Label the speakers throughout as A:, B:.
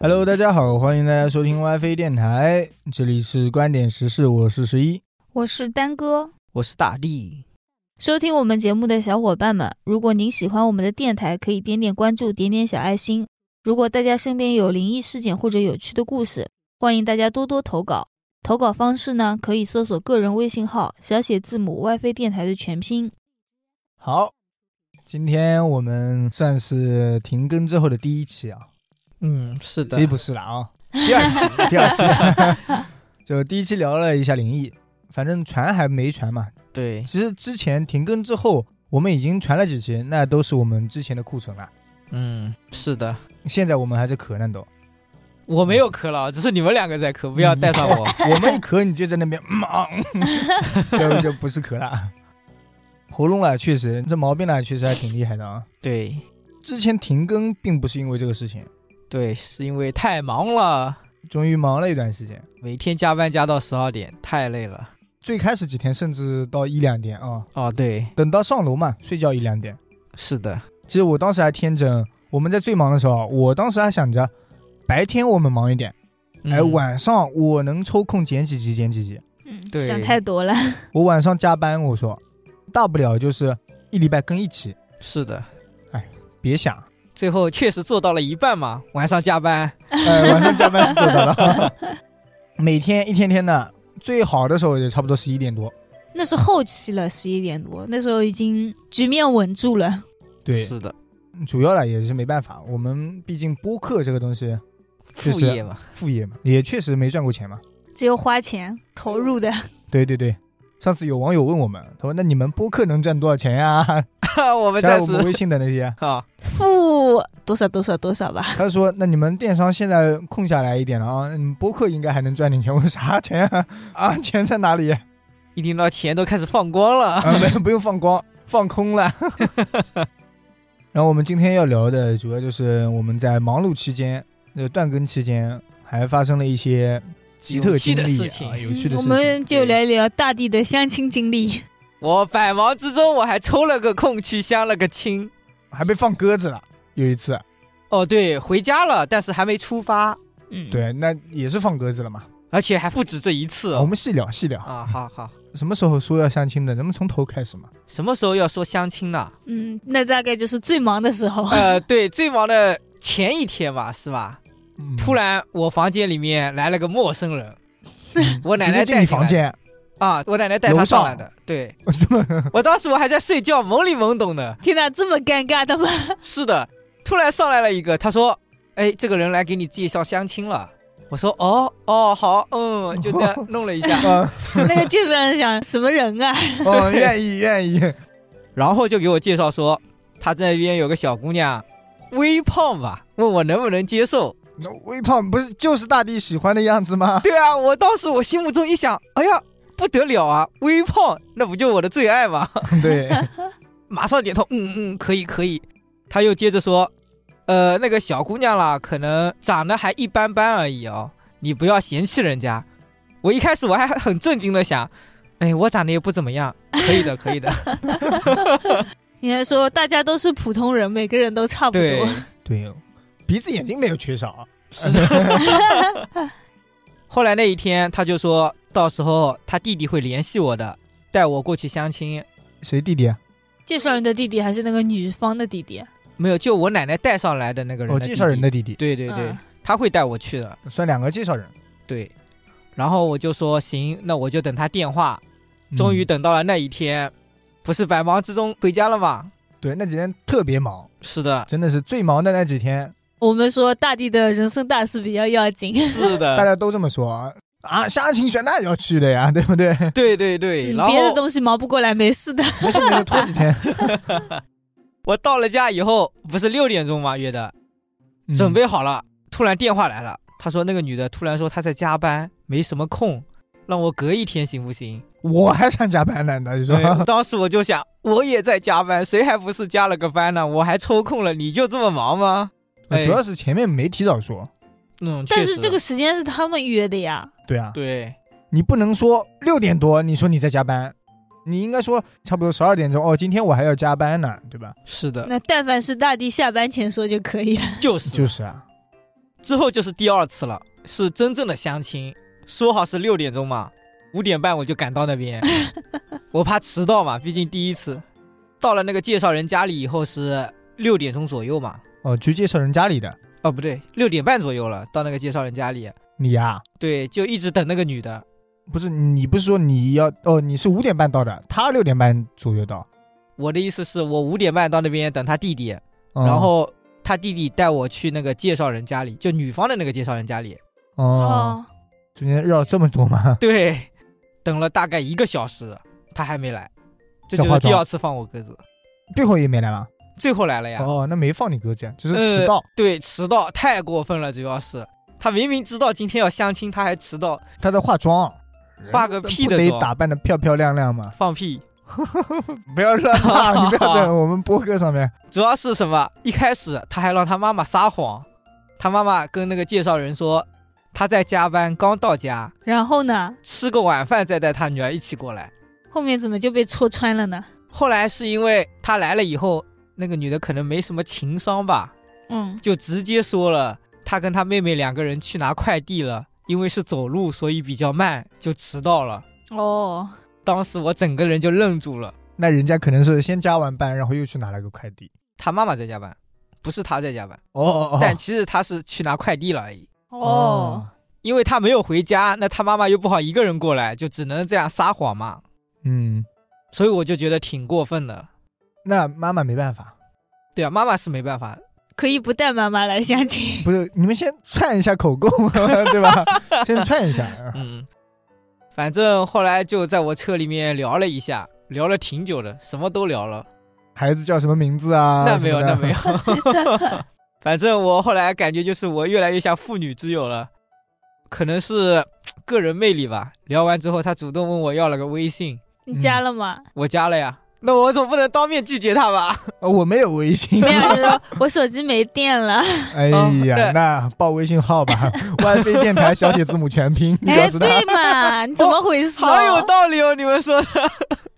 A: Hello，大家好，欢迎大家收听 WiFi 电台，这里是观点时事，我是十一。
B: 我是丹哥。
C: 我是大力，
B: 收听我们节目的小伙伴们，如果您喜欢我们的电台，可以点点关注，点点小爱心。如果大家身边有灵异事件或者有趣的故事，欢迎大家多多投稿。投稿方式呢，可以搜索个人微信号小写字母 WiFi 电台的全拼。
A: 好，今天我们算是停更之后的第一期啊，
C: 嗯，是的
A: 其实，不是了啊、第二期，第二 期，就第一期聊了一下灵异，反正传还没传嘛。
C: 对，
A: 其实之前停更之后，我们已经传了几期，那都是我们之前的库存了。
C: 嗯，是的，
A: 现在我们还在咳呢都，
C: 我
A: 嗯
C: 没有磕了，只是你们两个在磕，不要带 上我。
A: 我们一咳你就在那边，嗯啊， 嗯就就不是咳了。喉咙啊，确实这毛病呢，确实还挺厉害的啊。
C: 对，
A: 之前停更并不是因为这个事情，
C: 对，是因为太忙了，
A: 终于忙了一段时间，
C: 每天加班加到十二点，太累了。
A: 最开始几天甚至到一两点啊，
C: 哦，对，
A: 等到上楼嘛，睡觉一两点。
C: 是的，
A: 其实我当时还天真，我们在最忙的时候，我当时还想着，白天我们忙一点，
C: 嗯
A: 哎，晚上我能抽空剪几集剪几集。
B: 嗯，
C: 对
B: 想太多了。
A: 我晚上加班，我说，大不了就是一礼拜更一期，
C: 是的，
A: 别想，
C: 最后确实做到了一半嘛，晚上加班。
A: 哎，晚上加班是做到了。每天一天天的，最好的时候也差不多十一点多。
B: 那是后期了，十一点多，那时候已经局面稳住了。
A: 对，
C: 是的，
A: 主要了也是没办法，我们毕竟播客这个东西
C: 副
A: 是
C: 业嘛，
A: 副业嘛，也确实没赚过钱嘛。
B: 只有花钱投入的，
A: 对对对，上次有网友问我们，他说：“那你们播客能赚多少钱呀、
C: 我们
A: 加
C: 暂
A: 我
C: 时
A: 们微信的那些，
C: 啊，
B: 付多少多少多少吧。
A: 他说：“那你们电商现在空下来一点了啊，你们播客应该还能赚点钱。”我说：“啥钱啊？啊，钱在哪里？啊，
C: 一听到钱都开始放光了。
A: 没 有不用放光，放空了。” 然后我们今天要聊的主要就是我们在忙碌期间、呃断更期间，还发生了一些奇特
C: 有趣
A: 经历
C: 的事
A: 啊，
C: 情
A: 有趣的
B: 我
A: 事情。
B: 们就
C: 对
B: 聊一聊大地的相亲经历。
C: 我百忙之中我还抽了个空去相了个亲。
A: 还被放鸽子了，有一次，
C: 哦，对，回家了，但是还没出发，
B: 嗯，，
A: 对，那也是放鸽子了嘛。
C: 而且还不止这一次
A: 我
C: 哦。
A: 们细聊细聊，
C: 啊，好好。
A: 什么时候说要相亲的？咱们从头开始嘛。
C: 什么时候要说相亲呢？
B: 嗯，那大概就是最忙的时候。
C: 呃，对，最忙的前一天吧，是吧？
A: 嗯
C: 突然我房间里面来了个陌生人，
A: 嗯
C: 我奶奶
A: 直接进你
C: 带进来
A: 房间，
C: 啊，我奶奶带他上来的。对
A: 我这么
C: 我当时我还在睡觉，懵里懵懂的。
B: 天哪，这么尴尬 的吗？
C: 是的，突然上来了一个，他说：“哎，这个人来给你介绍相亲了。”我说：“哦哦，好，嗯，就这样弄了一 下，
A: 嗯，
B: 那个介绍人想什么人啊？
A: 哦，愿意愿意，
C: 然后就给我介绍说，他在那边有个小姑娘，微胖吧，问我能不能接受。”
A: 那微胖不是就是大地喜欢的样子吗？
C: 对啊，我当时我心目中一想，哎呀，不得了啊，微胖，那不就我的最爱吗？
A: 对，
C: 马上点头，嗯嗯，可以可以。他又接着说，呃，那个小姑娘啦，可能长得还一般般而已哦，你不要嫌弃人家。我一开始我还很震惊的想，哎，我长得也不怎么样，可以的，可 以的，
B: 你还说大家都是普通人，每个人都差不
C: 对
B: 多。，
A: 对哦，鼻子眼睛没有缺少，啊
C: 是的。后来那一天，他就说到时候他弟弟会联系我的，带我过去相亲。
A: 谁弟弟啊？
B: 介绍人的弟弟还是那个女方的弟弟？
C: 没有，就我奶奶带上来的那个人
A: 哦，
C: 的
A: 介
C: 弟
A: 绍人
C: 弟
A: 的弟弟，
C: 对对对，
B: 嗯
C: 他会带我去的。
A: 算两个介绍人。
C: 对，然后我就说行，那我就等他电话。嗯终于
A: 的，
C: 等到了那一天，不是百忙之中回家了吗？
A: 对，那几天特别忙，
C: 是的，
A: 真的是最忙的那几天，
B: 我们说大地的人生大事比较要紧，
C: 是
A: 大
C: 的，
A: 家都这么说啊啊，相亲选那要去的呀，对 不 对？
C: 对对 对。然
B: 嗯别的
C: 后
B: 东西忙不过来，没事的。
A: 没事没事，拖几 天，
C: 我到了家以后，不是六点钟吗？约的，
A: 嗯
C: 准备好了，突然电话来了，他说那个女的突然说她在加班，没什么空，让我隔一天行不行？
A: 我还想加班呢，那就说
C: 对， 我当时我就想，我也在加班，谁还不是加了个班呢？我还抽空了，你就这么忙吗？
A: 呃
C: 哎
A: 主要是前面没提早说。
C: 嗯，
B: 但
C: 确
B: 是
C: 实
B: 这个时间是他们约的呀。
A: 对啊，
C: 对，
A: 你不能说六点多你说你在加班，你应该说差不多十二点钟哦，今天我还要加班呢，对吧？
C: 是的，
B: 那但凡是大地下班前说就可以了。
C: 就是
A: 就是啊，
C: 之后就是第二次了，是真正的相亲，说好是六点钟嘛，五点半我就赶到 那边，我怕迟到嘛，毕竟第一次。到了那个介绍人家里以后是六点钟左右嘛，
A: 哦，去介绍人家里的
C: 哦不对，六点半左右了，到那个介绍人家里，
A: 你呀、
C: 对，就一直等那个女的，
A: 不是你不是说你要哦，你是五点半到的，他六点半左右到，
C: 我的意思是我五点半到那边等他弟弟，
A: 嗯
C: 然后他弟弟带我去那个介绍人家里，就女方的那个介绍人家里，
A: 哦，，中间绕这么多吗？
C: 对，等了大概一个小时，他还没来，这
A: 在
C: 就
A: 化
C: 是第
A: 妆
C: 二次放我鸽子。
A: 最后也没来吗？
C: 最后来了呀。
A: 哦，那没放你鸽子呀，就是
C: 呃
A: 迟到。
C: 对，迟到太过分了，主要是他明明知道今天要相亲，他还迟到，
A: 他在化妆，
C: 化个屁
A: 不
C: 的
A: 得
C: 妆
A: 打扮的漂漂亮亮 嘛！
C: 放屁。
A: 不要乱骂，你不要在 我们播客上面。
C: 主要是什么？一开始他还让他妈妈撒谎，他妈妈跟那个介绍人说他在加班，刚到家，
B: 然后呢？
C: 吃个晚饭再带他女儿一起过来。
B: 后面怎么就被戳穿了呢？
C: 后来是因为他来了以后，那个女的可能没什么情商吧，
B: 嗯，
C: 就直接说了他跟他妹妹两个人去拿快递了，因为是走路，所以比较慢，就迟到了。
B: 哦，
C: 当时我整个人就愣住了。
A: 那人家可能是先加完班，然后又去拿了个快递。
C: 他妈妈在加班，不是他在加班，
A: 哦哦哦，
C: 但其实他是去拿快递了而已。
B: 哦，，
C: 因为他没有回家，那他妈妈又不好一个人过来，就只能这样撒谎嘛。
A: 嗯，
C: 所以我就觉得挺过分的。
A: 那妈妈没办法，
C: 对啊，妈妈是没办法，
B: 可以不带妈妈来相 亲。
A: 不是你们先串一下口供， 对吧？先串 一下。
C: 嗯。反正后来就在我车里面聊了一下，聊了挺久的，什么都聊了。
A: 孩子叫什么名字啊？
C: 那没有，
A: 什么
C: 那
A: 的
C: 没有。哦反正我后来感觉就是我越来越像妇女之友了，可能是个人魅力吧。聊完之后，他主动问我要了个微信，
B: 你加了吗？
C: 我加了呀，那我总不能当面拒绝他吧？
A: 呃我没有微信。
B: 没有，就说我手机没电了。
A: 哎
C: 哦
A: 呀，那报微信号 吧，WiFi 电台小写字母全拼，你告
B: 哎，
A: 诉他。
B: 对嘛？你怎么回事、
C: 好有道理哦，你们说的。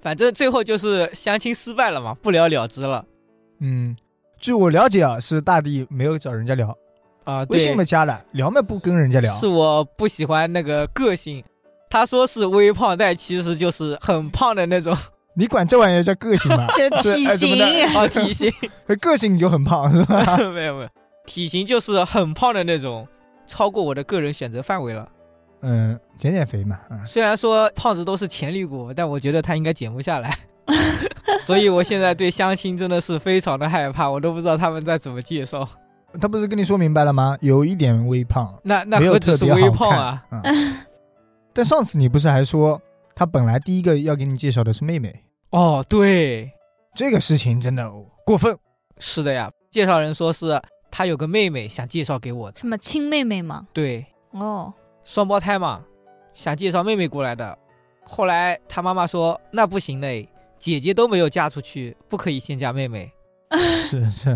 C: 反正最后就是相亲失败了嘛，不了了之了
A: 嗯，据我了解啊，是大地没有找人家聊，
C: 啊、
A: 微信
C: 对
A: 没，加了，聊嘛不跟人家聊。
C: 是我不喜欢那个个性。他说是微胖，但其实就是很胖的那 种
A: 你管这玩意儿叫个性 吗？
B: 就体
A: 是
B: 型，
A: 哎
C: 啊体 型，
A: 个性你就很胖是 吧？
C: 没有没有，体型就是很胖的那种，超过我的个人选择范围了。
A: 嗯，减减肥嘛，嗯，
C: 虽然说胖子都是潜力股，但我觉得他应该减不 下来，所以我现在对相亲真的是非常的害怕，我都不知道他们在怎么介绍。
A: 他不是跟你说明白了吗？有一点微胖，
C: 那那
A: 没有
C: 何止
A: 特
C: 是
A: 别
C: 微
A: 好
C: 胖
A: 看
C: 啊？！
A: 嗯但上次你不是还说，他本来第一个要给你介绍的是妹妹，
C: 哦，对，
A: 这个事情真的哦过分。
C: 是的呀。介绍人说是他有个妹妹想介绍给我 的，
B: 什么亲妹妹嘛？
C: 对，
B: 哦，
C: 双胞胎嘛，想介绍妹妹过来的。后来他妈妈说那不行嘞，姐姐都没有嫁出去，不可以先嫁妹 妹。
A: 是是，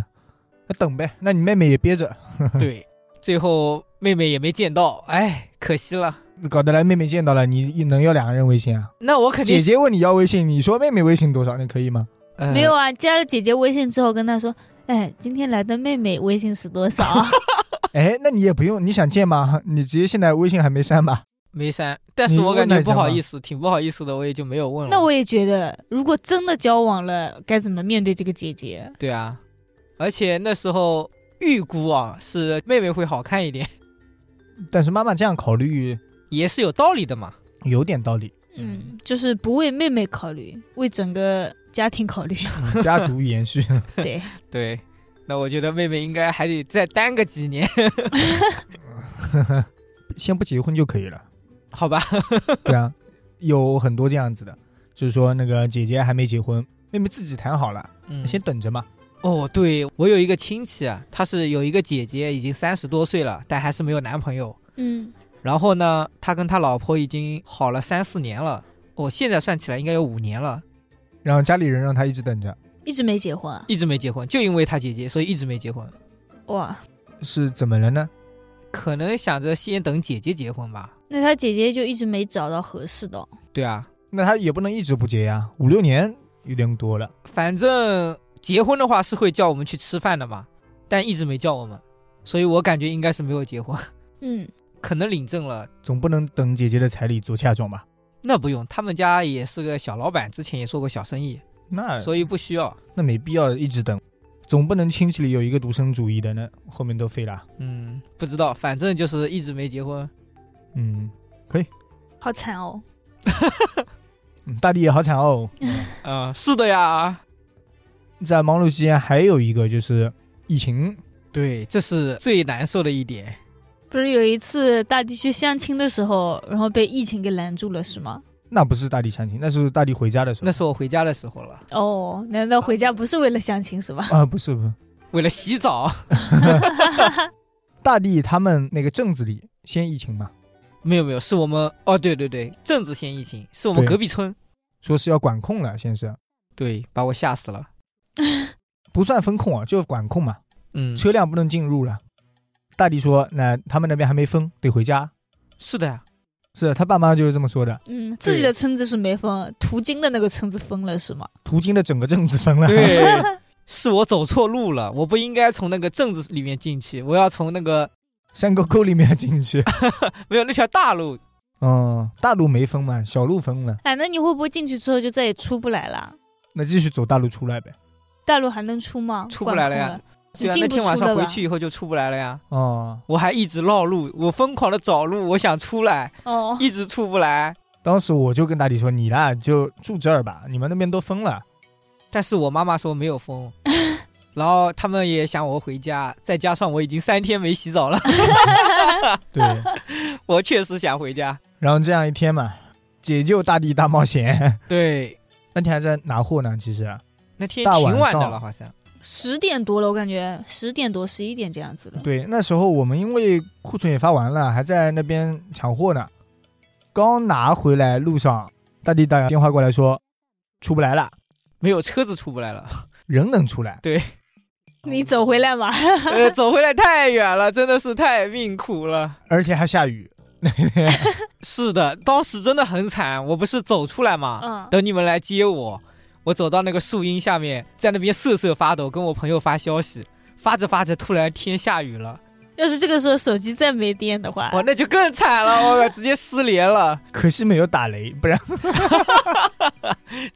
A: 那等呗，那你妹妹也憋着，
C: 对，最后妹妹也没见到，哎，可惜了。
A: 搞得来妹妹见到了，你能要两个人微信啊？
C: 那我肯定
A: 姐
C: 是
A: 姐问你要微信，你说妹妹微信多少，那可以吗？
C: 呃
B: 没有啊，加了姐姐微信之后跟她说，哎，今天来的妹妹微信是多少啊？
A: 哎，那你也不用，你想见吗？你直接现在微信还没删吧？
C: 没删，但是
A: 你
C: 我
A: 问
C: 感
A: 了
C: 觉
A: 一下
C: 不好
A: 吗
C: 意思，挺不好意思的，我也就没有问了。
B: 那我也觉得，如果真的交往了，该怎么面对这个姐姐？嗯
C: 对啊，而且那时候预估啊是妹妹会好看一点，
A: 但是妈妈这样考虑
C: 也是有道理的嘛。
A: 有点道理，
B: 嗯，就是不为妹妹考虑，为整个家庭考虑。
A: 嗯家族延续。
B: 对，
C: 对，那我觉得妹妹应该还得再单个几年，
A: 先不结婚就可以 了。
C: 好吧？
A: 对啊，有很多这样子的，就是说那个姐姐还没结婚，妹妹自己谈好了，
C: 嗯
A: 先等着嘛。
C: 哦，对我有一个亲戚啊，她是有一个姐姐，已经三十多岁了，但还是没有男朋友。
B: 嗯，
C: 然后呢，他跟他老婆已经好了三四年了，哦，现在算起来应该有五年了，
A: 然后家里人让她一直等着，
B: 一直没结婚啊。
C: 一直没结婚，就因为他姐姐，所以一直没结婚。
B: 哇，
A: 是怎么了呢？
C: 可能想着先等姐姐结婚吧。
B: 那他姐姐就一直没找到合适的哦、
C: 对啊，
A: 那他也不能一直不结呀，五六年有点多了。
C: 反正结婚的话是会叫我们去吃饭的嘛，但一直没叫我们，所以我感觉应该是没有结婚，
B: 嗯，
C: 可能领证了。
A: 总不能等姐姐的彩礼做嫁妆吧？
C: 那不用，他们家也是个小老板，之前也做过小生意，
A: 那
C: 所以不需要。
A: 那没必要一直等，总不能亲戚里有一个独身主义的呢，后面都废了。
C: 嗯，不知道，反正就是一直没结婚。
A: 嗯，
B: 好惨哦。
A: 嗯大地也好惨哦。
C: 嗯，是的呀。
A: 在忙碌期间，还有一个就是疫情，
C: 对，这是最难受的一点。
B: 不是有一次大地去相亲的时候，然后被疫情给拦住了，是吗？
A: 那不是大地相亲，那是大地回家的时候。
C: 那是我回家的时候了，
B: 哦，难道回家不是为了相亲是 吧？
A: 啊、不是不是，
C: 为了洗澡，
A: 大地他们那个镇子里先疫情嘛，
C: 没有没有，是我们哦，对对对，镇子县疫情，是我们
A: 对
C: 隔壁村，
A: 说是要管控了，先是
C: 对，把我吓死了。
A: 不算封控啊，就管控嘛，
C: 嗯，
A: 车辆不能进入了。大地说，那他们那边还没封，得回家。
C: 是的呀，
A: 是啊他爸妈就是这么说的，
B: 嗯，自己的村子是没封，途经的那个村子封了是吗？
A: 途经的整个镇子封了。，
C: 对，是我走错路了，我不应该从那个镇子里面进去，我要从那个
A: 山沟沟里面进去。
C: 没有那条大路，
A: 嗯，大路没封嘛，小路封了，
B: 哎，那你会不会进去之后就再也出不来了？
A: 那继续走大路出来呗。
B: 大陆还能出吗？
C: 出不来了呀
B: 管控了，
C: 对
B: 只
C: 啊，
B: 进
C: 那
B: 不
C: 天
B: 出
C: 晚上
B: 了
C: 回
B: 吧？
C: 去以后就出不来了呀。
A: 哦，
C: 我还一直绕路，我疯狂的找路，我想出来，
B: 哦，
C: 一直出不来。
A: 当时我就跟大地说，你啦就住这儿吧，你们那边都封了。
C: 但是我妈妈说没有风，然后他们也想我回家，再加上我已经三天没洗澡了，
A: 对，
C: 我确实想回家。
A: 然后这样一天嘛，解救大地大冒险。
C: 对，
A: 那天还在拿货呢，其实。
C: 那天
A: 大晚
C: 挺晚的
A: 上
C: 了，好像。
B: 十点多了，我感觉十点多、十一点这样子了。
A: 对，那时候我们因为库存也发完了，还在那边抢货呢。刚拿回来路上，大地打电话过来说，出不来了，
C: 没有车子出不来了，
A: 人能出来。
C: 嗯
B: 你走回来吧。
C: 呃，走回来太远了，真的是太命苦了。
A: 而且还下雨。
C: 是的，当时真的很惨，我不是走出来嘛，
B: 嗯，
C: 等你们来接我，我走到那个树荫下面，在那边瑟瑟发抖，跟我朋友发消息，发着发着，突然天下雨了，
B: 要是这个时候手机再没电的话，
C: 哇，哦那就更惨了，我直接失联了。
A: 可惜没有打雷，不然、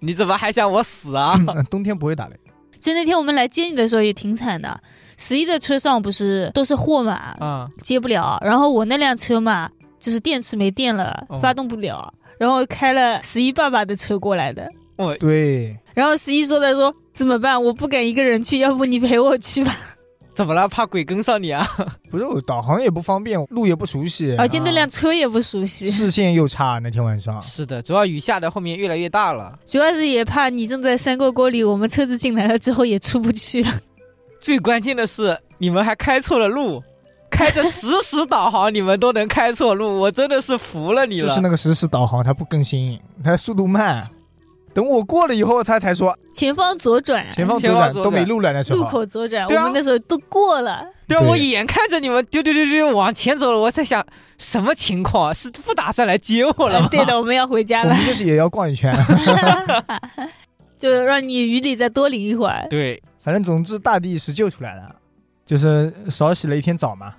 C: 你怎么还想我死啊？
A: 冬天不会打雷。
B: 其实那天我们来接你的时候也挺惨的。十一的车上不是都是货嘛，
A: 嗯
C: 啊、
B: 接不了。然后我那辆车嘛，就是电池没电了
C: 哦，
B: 发动不了。然后开了十一爸爸的车过来的。
C: 我
A: 对，
B: 然后十一说的说怎么办？我不敢一个人去，要不你陪我去吧。
C: 怎么了？怕鬼跟上你啊？
A: 不是我导航也不方便，路也不熟悉，啊
B: 而且那辆车也不熟悉，
A: 视线又差。那天晚上，
C: 是的，主要雨下的后面越来越大了。
B: 主要是也怕你正在山沟沟里，我们车子进来了之后也出不去了。
C: 最关键的是，你们还开错了路，开着实时导航，你们都能开错路，我真的是服了你
A: 就
C: 了。
A: 是那个实时导航它不更新，它速度慢。等我过了以后，它才说
B: 前方左转，
A: 前方左
C: 前方
A: 转
C: 左
A: 都没
C: 转
A: 路了。那时候
B: 哎路口左转，
C: 对
B: 我
C: 啊
B: 们那时候都过了。
C: 对啊，
A: 对
C: 我眼看着你们丢丢丢丢往前走了，我在想什么情况？是不打算来接 我了吗？
B: 哎对的，我们要回家
A: 我
B: 了，
A: 们就是也要逛一圈。
B: 就让你雨里再多淋一会儿。
C: 对，
A: 反正总之大地是救出来了，就是少洗了一天澡嘛，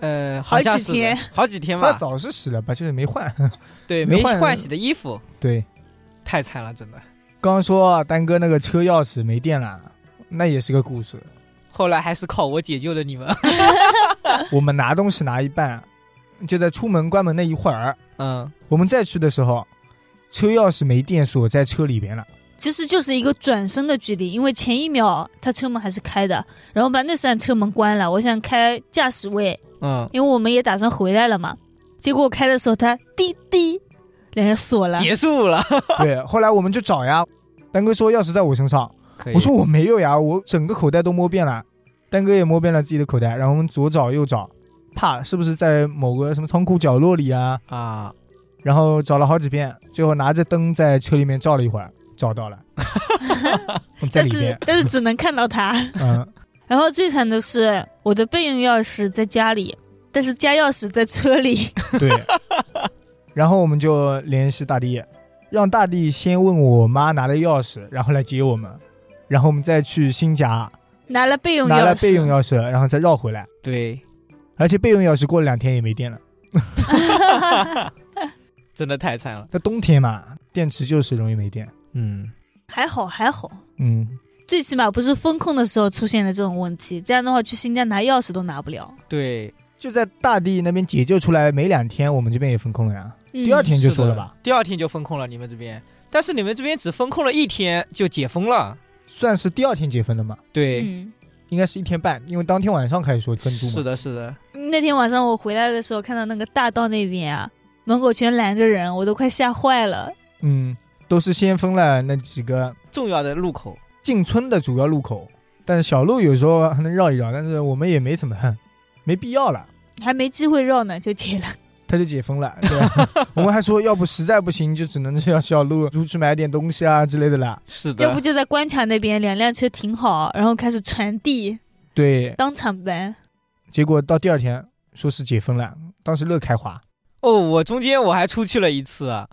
C: 呃，
B: 好
C: 好像
B: 几
C: 是
B: 天
C: 的，好几天
A: 他
C: 吧。
A: 澡是洗了吧，就是没换。
C: 对，
A: 没
C: 没
A: 换
C: 换洗的衣服，
A: 对，
C: 太惨了，真的。
A: 刚刚说啊丹哥那个车钥匙没电了，那也是个故事。
C: 后来还是靠我解救了你们。
A: 我们拿东西拿一半，就在出门关门那一会儿，
C: 嗯，
A: 我们再去的时候，车钥匙没电，锁在车里边了。
B: 其实就是一个转身的距离，因为前一秒他车门还是开的，然后把那扇车门关了，我想开驾驶位，
C: 嗯，
B: 因为我们也打算回来了嘛。结果我开的时候，他滴滴，两下 锁了。
C: 结束了。
A: 对，后来我们就找呀，丹哥说钥匙在我身上，
C: 可
A: 我说我没有呀，我整个口袋都摸遍了，丹哥也摸遍了自己的口袋，然后我们左找右找，怕是不是在某个什么仓库角落里啊？
C: 啊，
A: 然后找了好几遍，最后拿着灯在车里面照了一会儿，找到了，在
B: 但
A: 里
B: 是
A: 面，
B: 但是只能看到他。
A: 嗯，
B: 然后最惨的是，我的备用钥匙在家里，但是家钥匙在车 里。
A: 对，然后我们就联系大地，让大地先问我妈拿了钥匙，然后来接我们，然后我们再去新家
B: 拿了备用钥匙，
A: 拿了备用钥匙，然后再绕回来。
C: 对，
A: 而且备用钥匙过了两天也没电了，
C: 真的太惨了。
A: 在冬天嘛，电池就是容易没电。
C: 嗯，
B: 还好还好，
A: 嗯，
B: 最起码不是风控的时候出现了这种问题，这样的话去新家拿钥匙都拿不了。
C: 对，
A: 就在大地那边解救出来没两天，我们这边也封控了呀。
B: 嗯、
A: 第二天
C: 是
A: 就
C: 的
A: 说了吧，
C: 第二天就封控了，你们这边，但是你们这边只封控了一天就解封了。
A: 算是第二天解封的嘛，
C: 对，
B: 嗯，
A: 应该是一天半，因为当天晚上开始说分住嘛。
C: 是的，是的，
B: 那天晚上我回来的时候，看到那个大道那边啊，门口全拦着人，我都快吓坏了。
A: 嗯，都是先封了那几个
C: 重要的路口。
A: 进村的主要路口，但是小路有时候还能绕一绕，但是我们也没怎么，没必要了，
B: 还没机会绕呢，就解了。
A: 他就解封了，对 吧？我们还说，要不实在不行，就只能这条小路出去买点东西啊之类的啦。
C: 是
B: 要不，就在关卡那边，两辆车停好，然后开始传递，
A: 对，
B: 当场 搬。
A: 结果到第二天说是解封了，当时乐开花，
C: 哦，我中间我还出去了一次啊，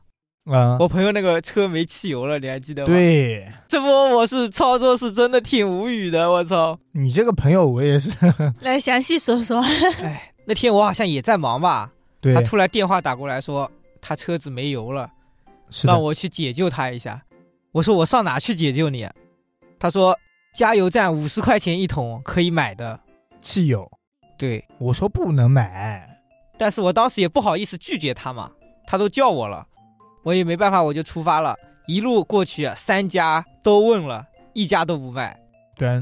A: 啊、
C: 我朋友那个车没汽油了，你还记得吗？，
A: 对
C: 这波我是操作是真的挺无语的，我操！
A: 你这个朋友我也是，
B: 来详细说说，
C: 哎，那天我好像也在忙吧，
A: 对
C: 他，突然电话打过来说他车子没油了，
A: 是
C: 让
A: 的，
C: 我去解救他一下。我说我上哪去解救你？啊他说加油站五十块钱一桶可以买的。
A: 汽油，
C: 对，
A: 我说不能买，
C: 但是我当时也不好意思拒绝他嘛，他都叫我了，我也没办法，我就出发了。一路过去啊三家都问了，一家都不卖。
A: 对啊，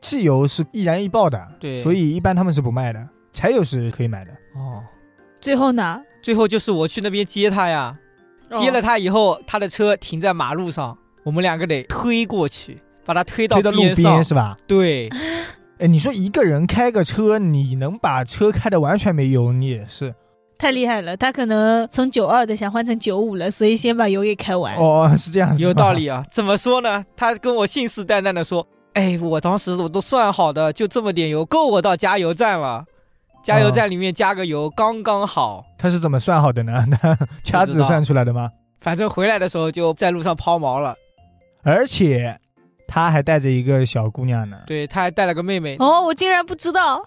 A: 汽油是易燃易爆的，
C: 对
A: 所以一般他们是不卖的，柴油是可以买的。
C: 哦，
B: 最后呢？
C: 最后就是我去那边接他呀，接了
B: 哦
C: 他以后，他的车停在马路上，我们两个得推过去，把他推到
A: 推到路
C: 边上
A: 边。是吧？
C: 对，
A: 哎，你说一个人开个车，你能把车开的完全没油，你也是
B: 太厉害了，他可能从九二的想换成九五了，所以先把油给开完。
A: 哦，是这样子，
C: 哎 有道。理啊。怎么说呢？他跟我信誓旦旦的说：“哎，我当时我都算好的，就这么点油够我到加油站了，加油站里面加个油刚刚好。
A: 他是怎么算好的呢？ 掐指算出来的吗？
C: 反正回来的时候就在路上抛锚了。
A: 而且他还带着一个小姑娘呢，
C: 对，他还带了个妹妹，
B: 哦，我竟然不知道，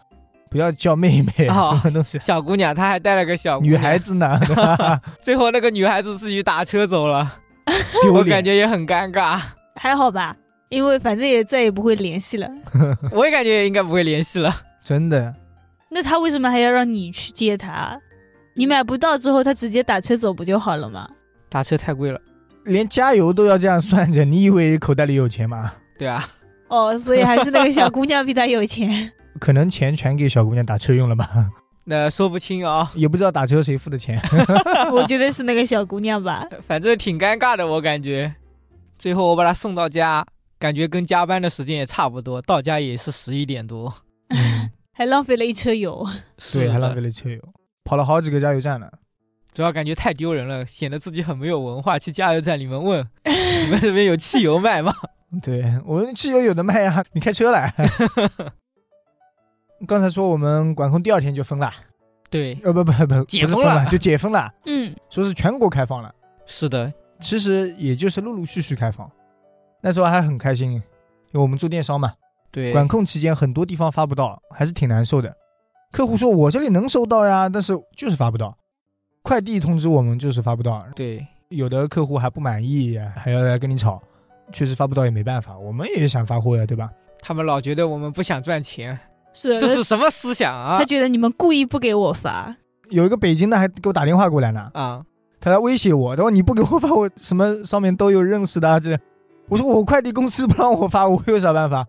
A: 不要叫妹妹，啊
C: 哦
A: 什么东西，
C: 小姑娘，他还带了个小姑娘
A: 女孩。子 呢，
C: 最后那个女孩子自己打车走了，
A: 丢
C: 我感
A: 脸。
C: 觉也很尴尬。
B: 还好吧，因为反正也再也不会联系了。
C: 我也感觉也应该不会联系了。
A: 真的，
B: 那他为什么还要让你去接他？你买不到之后，他直接打车走不就好了吗？
C: 打车太贵了。
A: 连加油都要这样算着，你以为口袋里有钱吗？
C: 对啊，
B: 哦，所以还是那个小姑娘比他有 钱。
A: 可能钱全给小姑娘打车用了吧，
C: 那说不清啊、
A: 也不知道打车谁付的钱。
B: 我觉得是那个小姑娘吧。
C: 反正挺尴尬的，我感觉。最后我把他送到家，感觉跟加班的时间也差不多，到家也是十一点多。
A: 嗯
B: 还浪费了一车油，
A: 对，还浪费
C: 是的
A: 了车油，跑了好几个加油站呢。
C: 主要感觉太丢人了，显得自己很没有文化。去加油站里面问， 你们这边有汽油卖吗？
A: 对我说汽油有的卖呀、你开车来。 刚才说我们管控第二天就封了，
C: 对，
A: 呃不不不，不
C: 解
A: 是
C: 封
A: 了，
C: 了
A: 就解封了，
B: 嗯，
A: 说是全国开放了。
C: 是的，
A: 其实也就是陆陆续续开放，那时候还很开心，因为我们做电商嘛，
C: 对，
A: 管控期间很多地方发不到，还是挺难受的。客户说我这里能收到呀，但是就是发不到，快递通知我们就是发不到，
C: 对，
A: 有的客户还不满意，还要来跟你吵，确实发不到也没办法，我们也想发货呀，对吧？
C: 他们老觉得我们不想赚钱，
B: 是，啊
C: 这是什么思想啊
B: 他？觉得你们故意不给我发，
A: 有一个北京的还给我打电话过来呢，
C: 啊，
A: 他来威胁我，他说你不给我发，我什么上面都有认识的、啊，这我说我快递公司不让我发，我有啥办法？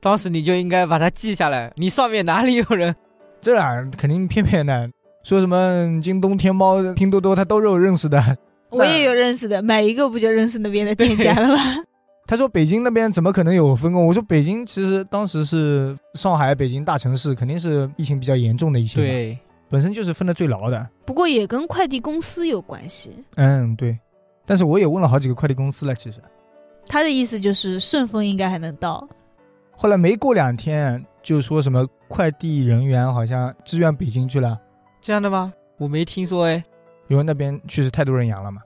C: 当时你就应该把它记下来，你上面哪里有 人？
A: 这俩肯定骗骗的，说什么京东、天猫、拼多多，他都有认识的。
B: 我也有认识的，买一个不就认识那边的店家了吗？
A: 他说北京那边怎么可能有分工？我说北京其实当时是上海、北京大城市，肯定是疫情比较严重的一些，，
C: 对，
A: 本身就是分的最牢的。
B: 不过也跟快递公司有关系。
A: 嗯，对。但是我也问了好几个快递公司了，其实
B: 他的意思就是顺丰应该还能到，
A: 后来没过两天，就说什么快递人员好像支援北京去了，
C: 这样的吗？我没听说哎。
A: 因为那边确实太多人阳了嘛。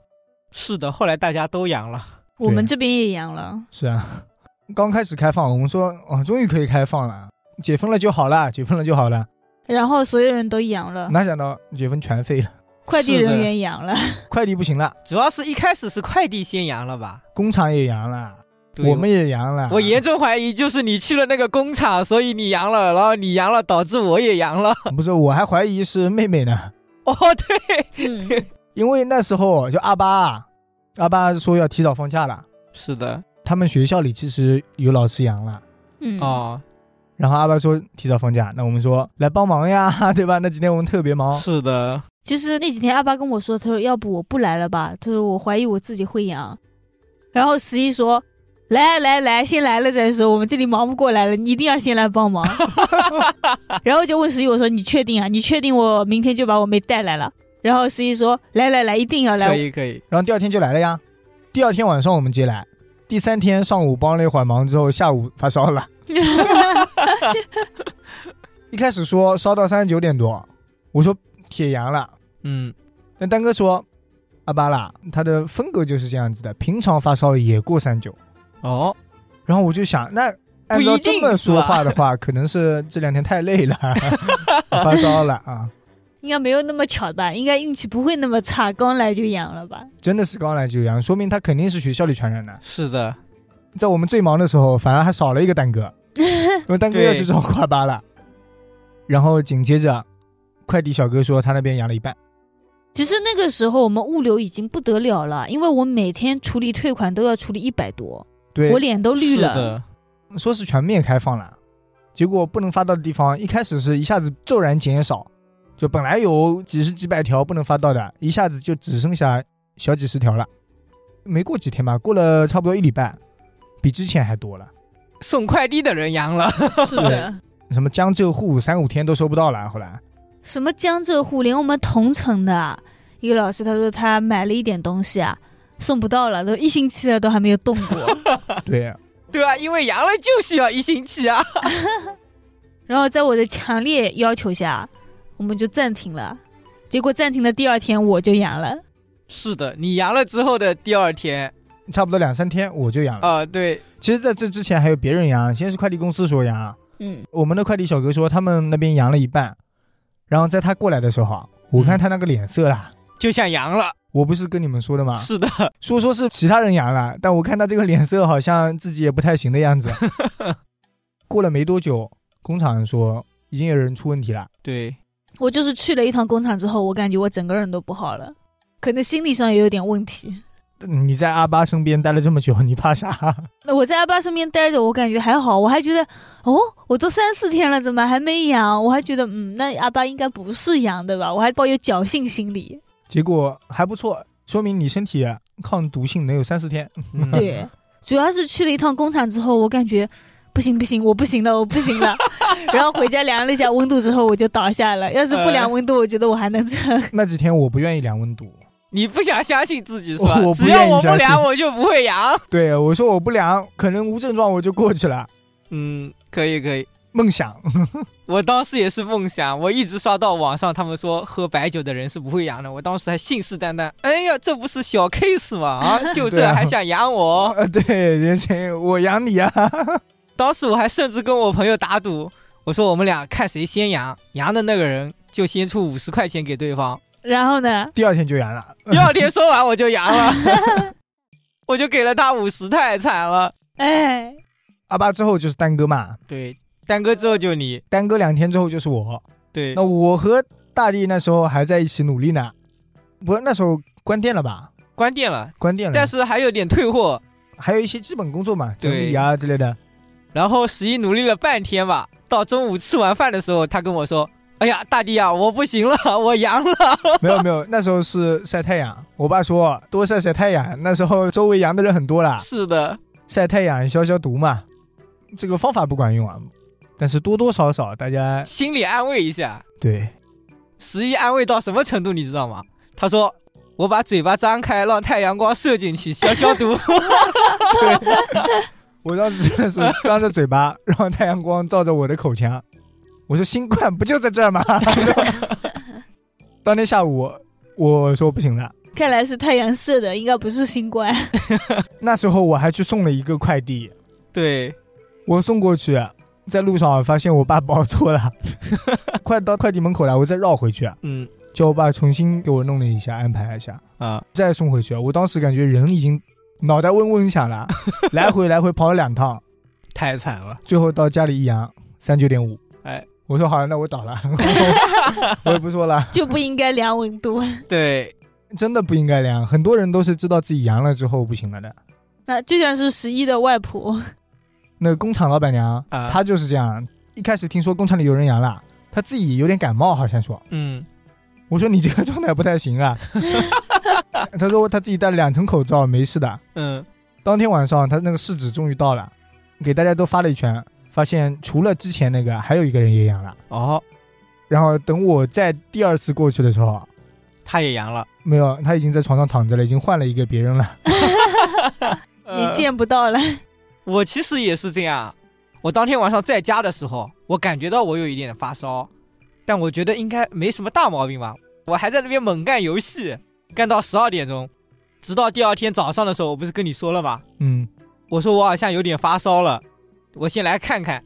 C: 是的，后来大家都阳了。
B: 我们这边也一样了。
A: 是啊， 刚开始开放，我们说哦，终于可以开放了，解封了就好了，解封了就好了。
B: 然后所有人都阳
C: 啊
B: 了，
A: 哪想到解封全废了，
B: 快递
C: 是的
B: 人员阳了，
A: 快递不行了，
C: 主要是一开始是快递先阳了吧？
A: 工厂也阳了，
C: 对
A: 我们也阳了。
C: 我严重怀疑就是你去了那个工厂，所以你阳了，然后你阳了导致我也阳了。
A: 不是，我还怀疑是妹妹呢，
C: 哦，对，
B: 嗯，
A: 因为那时候就阿巴，啊阿巴说要提早放假了，
C: 是的，
A: 他们学校里其实有老师阳了。
B: 嗯，
C: 哦，
A: 然后阿爸说提早放假，那我们说来帮忙呀， 对吧？那几天我们特别 忙，
C: 是的，
B: 其实那几天阿巴跟我说，他说要不我不来了吧，他说我怀疑我自己会阳。然后十一说，来来来，先来了再说，我们这里忙不过来了，你一定要先来帮忙。然后就问十一我说你确定啊？你确定我明天就把我妹带来了？然后十一说来来来，一定要
C: 可
B: 来。
C: 以可以，
A: 然后第二天就来了呀。第二天晚上我们接来，第三天上午帮了一会儿忙之后，下午发烧了。一开始说烧到三十九点多，我说铁阳了。
C: 嗯，
A: 那丹哥说阿巴啦，他的风格就是这样子的，平常发烧也过三九。
C: 哦，
A: 然后我就想，那
C: 不
A: 按
C: 一
A: 照
C: 定
A: 这么
C: 是吧
A: 说话的话，可能是这两天太累了， 发烧了啊。
B: 应该没有那么巧吧？应该运气不会那么差，刚来就阳了吧？
A: 真的是刚来就阳，说明他肯定是学校里传染的。
C: 是的，
A: 在我们最忙的时候，反而还少了一个丹哥，因为丹哥要去 找夸巴了。然后紧接着，快递小哥说他那边阳了一半，
B: 其实那个时候我们物流已经不得了了，因为我每天处理退款都要处理一百多，
A: 对
B: 我，脸都绿
C: 是
B: 了。
C: 的，
A: 说是全面开放了，结果不能发到的地方，一开始是一下子骤然减少，就本来有几十几百条不能发到的，一下子就只剩下小几十条了。没过几天吧，过了差不多一礼拜，比之前还多了。
C: 送快递的人阳了，
B: 是的，
A: 什么江浙沪三五天都收不到了，后来
B: 什么江浙沪，连我们同城的一个老师，他说他买了一点东西啊，送不到了，都一星期了都还没有动 过。
A: 对，
C: 对啊，因为阳了就需要一星期啊。
B: 然后在我的强烈要求下，我们就暂停了。结果暂停的第二天我就阳了，
C: 是的，你阳了之后的第二天，
A: 差不多两三天我就阳了。
C: 啊、对，
A: 其实在这之前还有别人阳，先是快递公司说阳，
B: 嗯，
A: 我们的快递小哥说他们那边阳了一半，然后在他过来的时候啊，我看他那个脸色啦，
C: 就像阳了，
A: 我不是跟你们说的吗？
C: 是的，
A: 说说是其他人阳了，但我看他这个脸色好像自己也不太行的样子。 过了没多久，工厂说已经有人出问题了，
C: 对，
B: 我就是去了一趟工厂之后，我感觉我整个人都不好了，可能心理上也有点问题。
A: 你在阿巴身边待了这么久，你怕啥？
B: 那我在阿爸身边待着，我感觉还好，我还觉得哦，我都三四天了，怎么还没阳？我还觉得嗯，那阿爸应该不是阳对吧？我还抱有侥幸心理。
A: 结果还不错，说明你身体抗毒性能有三四天。
C: 嗯
B: 对，主要是去了一趟工厂之后，我感觉不行不行，我不行了，我不行了。 然后回家量了一下温度之后，我就倒下了。要是不
C: 嗯
B: 量温度，我觉得我还能撑。
A: 那几天我不愿意量温度，
C: 你不想相信自己是吧？
A: 我我不
C: 只要
A: 愿意
C: 我不
A: 相
C: 凉，
A: 信
C: 我就不会阳。
A: 对我说我不量，可能无症状我就过去了。
C: 嗯，可以可以。
A: 梦 想，
C: 我当时也是梦想，我一直刷到网上他们说喝白酒的人是不会阳的，我当时还信誓旦旦，哎呀，这不是小 case 吗？啊，就
A: 对
C: 这
A: 啊
C: 还想阳我？
A: 呃对，人情我养你啊，
C: 当时我还甚至跟我朋友打赌，我说我们俩看谁先阳，阳的那个人就先出五十块钱给对方。
B: 然后呢？
A: 第二天就阳了。呃
C: 第二天说完我就阳了， 我就给了他五十，太惨了。
B: 哎，
A: 阿巴之后就是丹哥嘛，
C: 对，丹哥之后就你，
A: 丹哥两天之后就是我。
C: 对
A: 那，我和大力那时候还在一起努力呢，不是那时候关店了吧？
C: 关店了，
A: 关店了，
C: 但是还有点退货。
A: 还有一些基本工作嘛，整理啊之类的。
C: 然后十一努力了半天吧，到中午吃完饭的时候，他跟我说：“哎呀，大弟啊，我不行了， 我阳了。
A: 没有没 有，那时候是晒太阳。我爸说多晒晒太阳，那时候周围阳的人很多啦”，
C: 是的，
A: 晒太阳消消毒嘛。这个方法不管用啊，但是多多少少大家
C: 心里安慰一下。
A: 对
C: 十一安慰到什么程度，你知道吗？他说：“我 把嘴巴张开，让太阳光射进去，消消毒。”
A: 我当时真的是张着嘴巴，让太阳光照着我的口腔。我说新冠不就在这儿吗？ 当天下午，我说不行了。
B: 看来是太阳射的，应该不是新冠。
A: 那时候我还去送了一个快递，
C: 对，
A: 我送过去，在路上发现我爸包错了， 快到快递门口了，我再绕回去，
C: 嗯
A: 叫我爸重新给我弄了一下，安排了一下，
C: 啊，
A: 再送回去。我当时感觉人已经脑袋嗡嗡响了，来回来回跑了两趟，
C: 太惨了，
A: 最后到家里一阳三九点五。
C: 哎，
A: 我说好了，那我倒了， 我也不说了，
B: 就不应该量温度。
C: 对，
A: 真的不应该量。很多人都是知道自己阳了之后不行了的。
B: 那就像是十一的外婆，
A: 那个工厂老板娘，
C: 啊
A: 她就是这样，一开始听说工厂里有人阳了，她自己有点感冒，好像说，
C: 嗯，
A: 我说你这个状态不太行啊。 她说她自己戴了两层口罩，没事的。
C: 嗯，
A: 当天晚上，她那个试纸终于到了，给大家都发了一圈，发现除了之前那个，还有一个人也阳了。
C: 哦，
A: 然后等我再第二次过去的时候，
C: 他也阳了，
A: 没有，他已经在床上躺着了，已经换了一个别人了。
B: 你
C: 呃
B: 见不到了。
C: 我其实也是这样，我当天晚上在家的时候，我感觉到我有一点发烧，但我觉得应该没什么大毛病吧。我还在那边猛干游戏，干到十二点钟，直到第二天早上的时候，我不是跟你说了吗？
A: 嗯，
C: 我说我好像有点发烧了，我先来看看。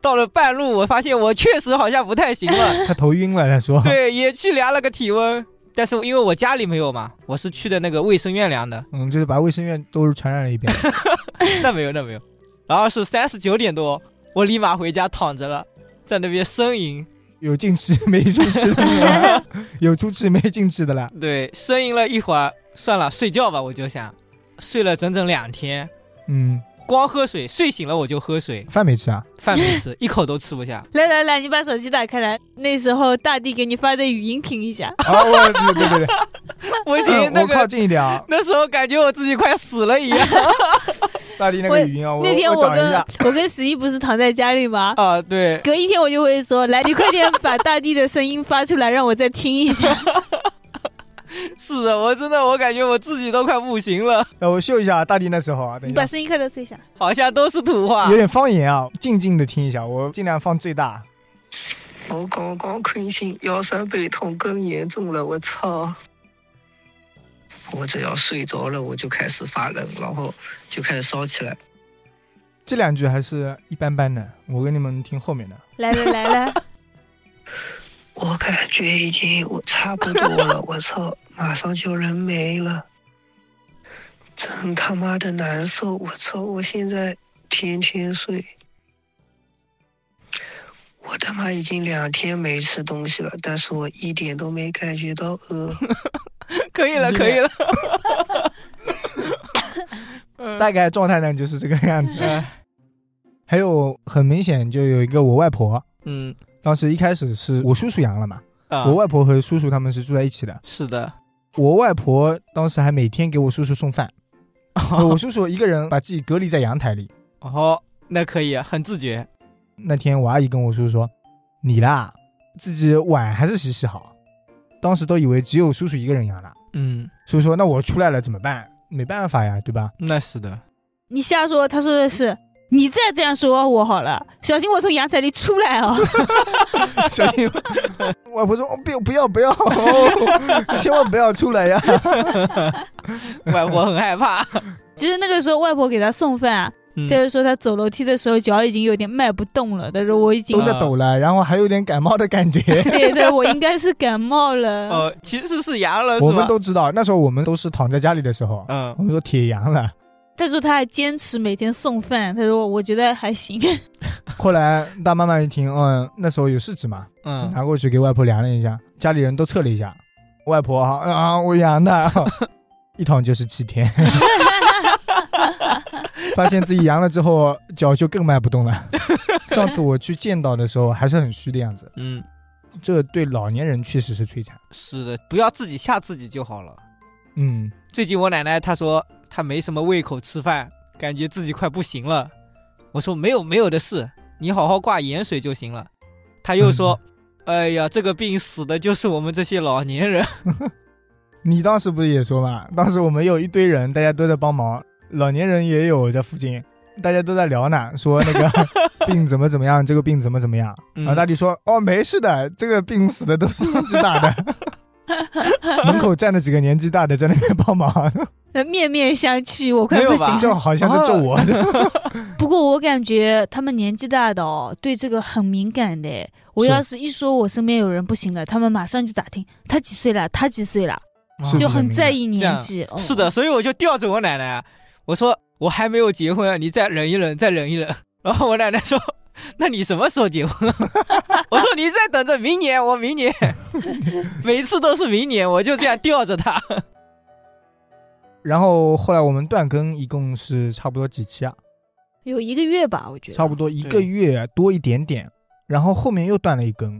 C: 到了半路，我发现我确实好像不太行 了，
A: 他头晕了，他说。
C: 对，也去量了个体温，但是因为我家里没有嘛，我是去的那个卫生院量的，
A: 嗯，就是把卫生院都传染了一遍。
C: 那没有，那没有。然后是三十九点多，我立马回家躺着了，在那边呻吟，
A: 有进吃没出吃的，有出吃没进吃的了。
C: 对，呻吟了一会儿，算了，睡觉吧，我就想，睡了整整两天，
A: 嗯，
C: 光喝水，睡醒了我就喝水，
A: 饭没吃啊？
C: 饭没吃，一口都吃不下。
B: 来来来，你把手机打开来，那时候大地给你发的语音听一下。
A: 啊，我对对对对
C: 不
A: 嗯
C: 行，那
A: 我靠
C: 个
A: 近一点啊！
C: 那时候感觉我自己快死了一 样
A: 大力那个语音啊，我
B: 那天
A: 我找一
B: 跟
A: 下。
B: 我跟十一不是躺在家里吗？
C: 啊！对，
B: 隔一天我就会说，来，你快点把大地的声音发出来，让我再听一下。
C: 是的，我真的我感觉我自己都快不行了，
A: 那呃我秀一下大力那时候啊，等
B: 你
A: 一下
B: 把，声音开到最小。
C: 好像都是土话
A: 有。点方言啊，静静的听一下，我尽量放最大。
D: 我刚刚困醒，腰酸背痛更严重了，我操！我只要睡着了，我就开始发冷，然后就开始烧起来。
A: 这两句还是一般般的，我给你们听后面的。
B: 来来来来，
D: 我感觉已经我差不多了，我操，马上就人没了，真他妈的难受！我操，我现在天天睡，我他妈已经两天没吃东西了，但是我一点都没感觉到饿。
C: 可以了，可 以了。
A: 大概状态呢就是这个样子。
C: 嗯 哎
A: 还有很明显就有一个我外婆，
C: 嗯
A: 当时一开始是我叔叔阳了嘛，
C: 啊
A: 我，外婆和叔叔他们是住在一起的。
C: 是的，
A: 我外婆当时还每天给我叔叔送饭， 我叔叔一个人把自己隔离在阳台里。
C: 哦，那可以，很自觉。
A: 那天我阿姨跟我叔叔说：“你啦，自己碗还是洗洗好。”当时都以为只有叔叔一个人阳了，
C: 嗯，
A: 叔叔说：“那我出来了怎么办？没办法呀，对吧
C: 那是的。
B: 你瞎说，他说的是。你再这样说我好了，小心我从阳台里出来哦！？”
A: 小姨，外婆说：“哦，不要不要不要、 哦，千万不要出来呀
C: 外婆很害怕。
B: 其实那个时候，外婆给他送饭啊，
C: 嗯
B: 他就说他走楼梯的时候脚已经有点迈不动了，他说我已！”经
A: 都在抖了，然后还有点感冒的感觉。
B: 对对，我应该是感冒了。
C: 哦，其实是阳 了，是
A: 我
C: 吧？
A: 们都知道，那时候我们都是躺在家里的时候，
C: 嗯
A: 我，们说铁阳了。
B: 他说他还坚持每天送饭，他说我觉得还行。
A: 后来大妈妈一听，嗯，那时候有试纸嘛，
C: 嗯
A: 拿过去给外婆量了一下，家里人都测了一下，外婆啊啊，我阳的， 一躺就是七天， 发现自己阳了之后脚就更迈不动了。 上次我去见到的时候还是很虚的样子，
C: 嗯，
A: 这对老年人确实是摧残。
C: 是的，不要自己吓自己就好了。
A: 嗯，
C: 最近我奶奶她说她没什么胃口吃饭，感觉自己快不行了。我说没有没有的事，你好好挂盐水就行了。她又说，哎呀，这个病死的就是我们这些老年人。
A: 你当时不是也说嘛，当时我们有一堆人，大家都在帮忙，老年人也有在附近，大家都在聊呢，说 那个病怎么怎么样，这个病怎么怎么样。
C: 嗯
A: 然后大力说：“哦，没事的，这个病死的都是年纪大的。”门口站了几个年纪大的在那边帮忙，
B: 那面面相觑，我快
C: 没有
B: 不
C: 吧
B: 行
A: 就好像在咒我。
B: 不过我感觉他们年纪大的哦，对这个很敏感的诶。我
A: 是
B: 要是一说我身边有人不行了，他们马上就打听他几岁了，他几岁了，
A: 是
B: 就
A: 的
B: 很在意
C: 这
B: 年
C: 样
B: 纪。哦
C: 是的，，所以我就吊着我奶奶啊，我说我还没有结婚啊，你再忍一忍，再忍一忍。 然后我奶奶说：“那你什么时候结婚啊？” 我说：“你再等着明年，我明年。” 每次都是明年，我就这样吊着她。
A: 然后后来我们断更一共是差不多几期啊？
B: 有一个月吧，我觉得
A: 差不多一个
C: 对
A: 月多一点点。然后后面又断了一更，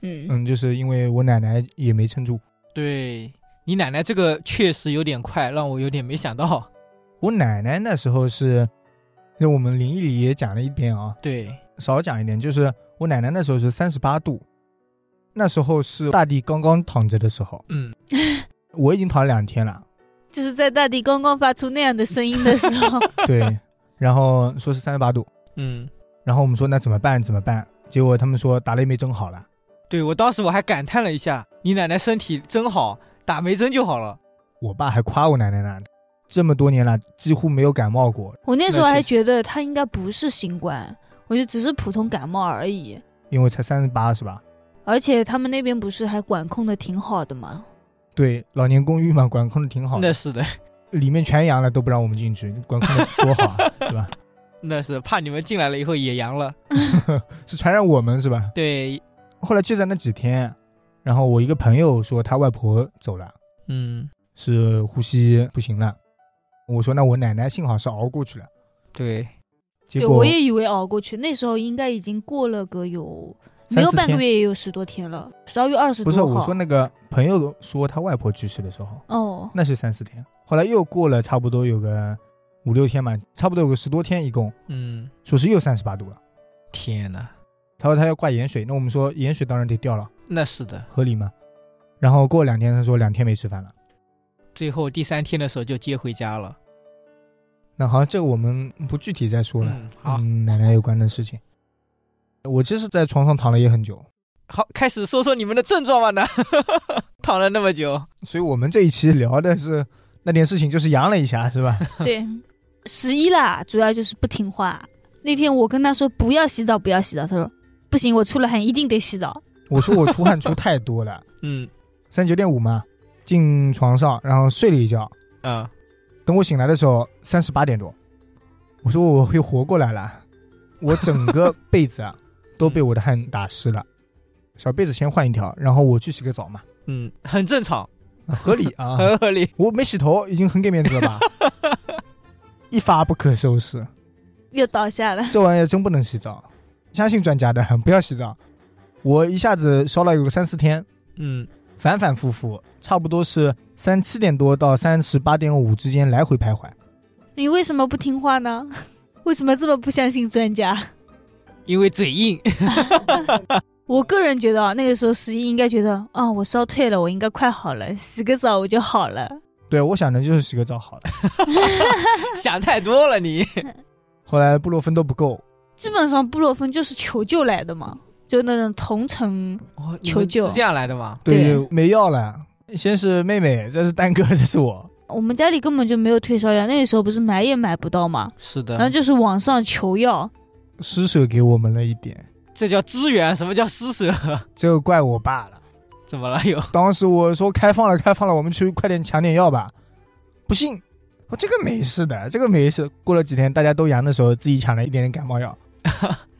B: 嗯，
A: 嗯，就是因为我奶奶也没撑住。
C: 对你奶奶这个确实有点快，让我有点没想到。
A: 我奶奶那时候是，那我们灵异里也讲了一遍啊，
C: 对，
A: 少讲一点，就是我奶奶那时候是三十八度，那时候是大地刚刚躺着的时候，
C: 嗯，
A: 我已经躺了两天了，
B: 就是在大地刚刚发出那样的声音的时候，
A: 对，然后说是三十八度，
C: 嗯，
A: 然后我们说那怎么办？怎么办？结果他们说打雷没整好了，
C: 对我当时我还感叹了一下，你奶奶身体真好，打没针就好了。
A: 我爸还夸我奶奶呢，这么多年了几乎没有感冒过，
B: 我那时候
C: 那是
B: 还觉得他应该不是新冠，我觉得只是普通感冒而已。
A: 因为才三十八是吧？
B: 而且他们那边不是还管控的挺好的吗？
A: 对，老年公寓嘛，管控的挺好的
C: 那，是的，
A: 里面全阳了都不让我们进去，管控的多 好啊，对吧？
C: 那是怕你们进来了以后也阳了。
A: 是传染我们是吧？
C: 对，
A: 后来就在那几天，然后我一个朋友说他外婆走了，
C: 嗯，
A: 是呼吸不行了。我说那我奶奶幸好是熬过去了，
C: 对，
A: 结
B: 对，
A: 果
B: 我也以为熬过去，那时候应该已经过了个有
A: 三
B: 没有
A: 四
B: 半个
A: 天
B: 月，也有十多天了，十二月二十
A: 不
B: 多
A: 是我
B: 号。
A: 说那个朋友说他外婆去世的时候，
B: 哦，
A: 那是三四天，后来又过了差不多有个五六天嘛，差不多有个十多天，一共
C: 嗯，
A: 说是又三十八度了。
C: 天呐，
A: 他说他要挂盐水，那我们说盐水当然得掉了，
C: 那是的。
A: 合理吗？然后过两天他说两天没吃饭了，
C: 最后第三天的时候就接回家了。
A: 那好像这个我们不具体再说了。
C: 嗯，好，
A: 嗯，奶奶有关的事情。我其实，在床上躺了也很久，
C: 好，开始说说你们的症状吧 呢。躺了那么久，
A: 所以我们这一期聊的是那点事情，就是阳了一下，是吧？
B: 对，十一啦，主要就是不听话。那天我跟他说不要洗澡，不要洗澡，他说不行，我出了汗一定得洗澡。
A: 我说我出汗出太多了，
C: 嗯
A: 三九点五嘛，进床上，然后睡了一觉。
C: 啊、
A: 等我醒来的时候，三十八点多，我说我会活过来了，我整个被子啊都被我的汗打湿了。小被子先换一条，然后我去洗个澡嘛，
C: 嗯，很正常，
A: 合理啊。
C: 很 合理。
A: 我没洗头，已经很给面子了吧？一发不可收拾。
B: 又倒下了，
A: 这玩意儿真不能洗澡，相信专家的，不要洗澡。我一下子烧了有个三四天，
C: 嗯，
A: 反反复复，差不多是三七点多到三十八点五之间来回徘徊。
B: 你为什么不听话呢？ 为什么这么不相信专家？
C: 因为嘴硬，
B: 我个人觉得啊，那个时候十一应该觉得啊，我烧退了，我应该快好了，洗个澡我就好了。
A: 对，我想的就是洗个澡好了。
C: 想太多了你。
A: 后来布洛芬都不够，
B: 基本上布洛芬就是求救来的嘛，就那种同城
C: 哦，你
B: 求
C: 们
B: 救
C: 是这样来的吗？
A: 对，
B: 对
A: 没药了。先是妹妹，这是丹哥，这是我。
B: 我们家里根本就没有退烧药，那个时候不是买也买不到嘛，
C: 是
B: 然后
C: 的，
B: 就是网上求药，
A: 施舍给我们了一点，
C: 这叫资源，什么叫施舍？
A: 这个怪我爸了。
C: 怎么了又？
A: 当时我说开放了，开放了，我们去快点抢点药吧。不信，我这个没事的，这个没事。过了几天大家都阳的时候，自己抢了一点点感冒药，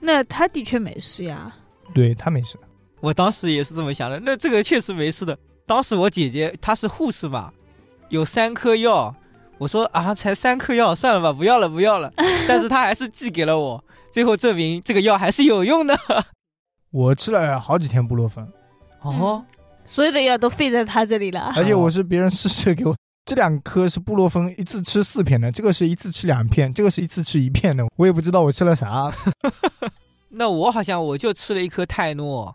B: 那他的确没事呀。
A: 对他没事。
C: 我当时也是这么想的。那这个确实没事的。当时我姐姐她是护士嘛，有三颗药，我说啊，才三颗药，算了吧，不要了，不要了。但是她还是寄给了我，最后证明这个药还是有用的。
A: 我吃了好几天布洛芬，
C: 哦，
B: 所有的药都费在他这里了。
A: 而且我是别人施舍给我。这两颗是布洛芬，一次吃四片的，这个是一次吃两片，这个是一次吃一片的。我也不知道我吃了啥，
C: 那我好像我就吃了一颗泰诺，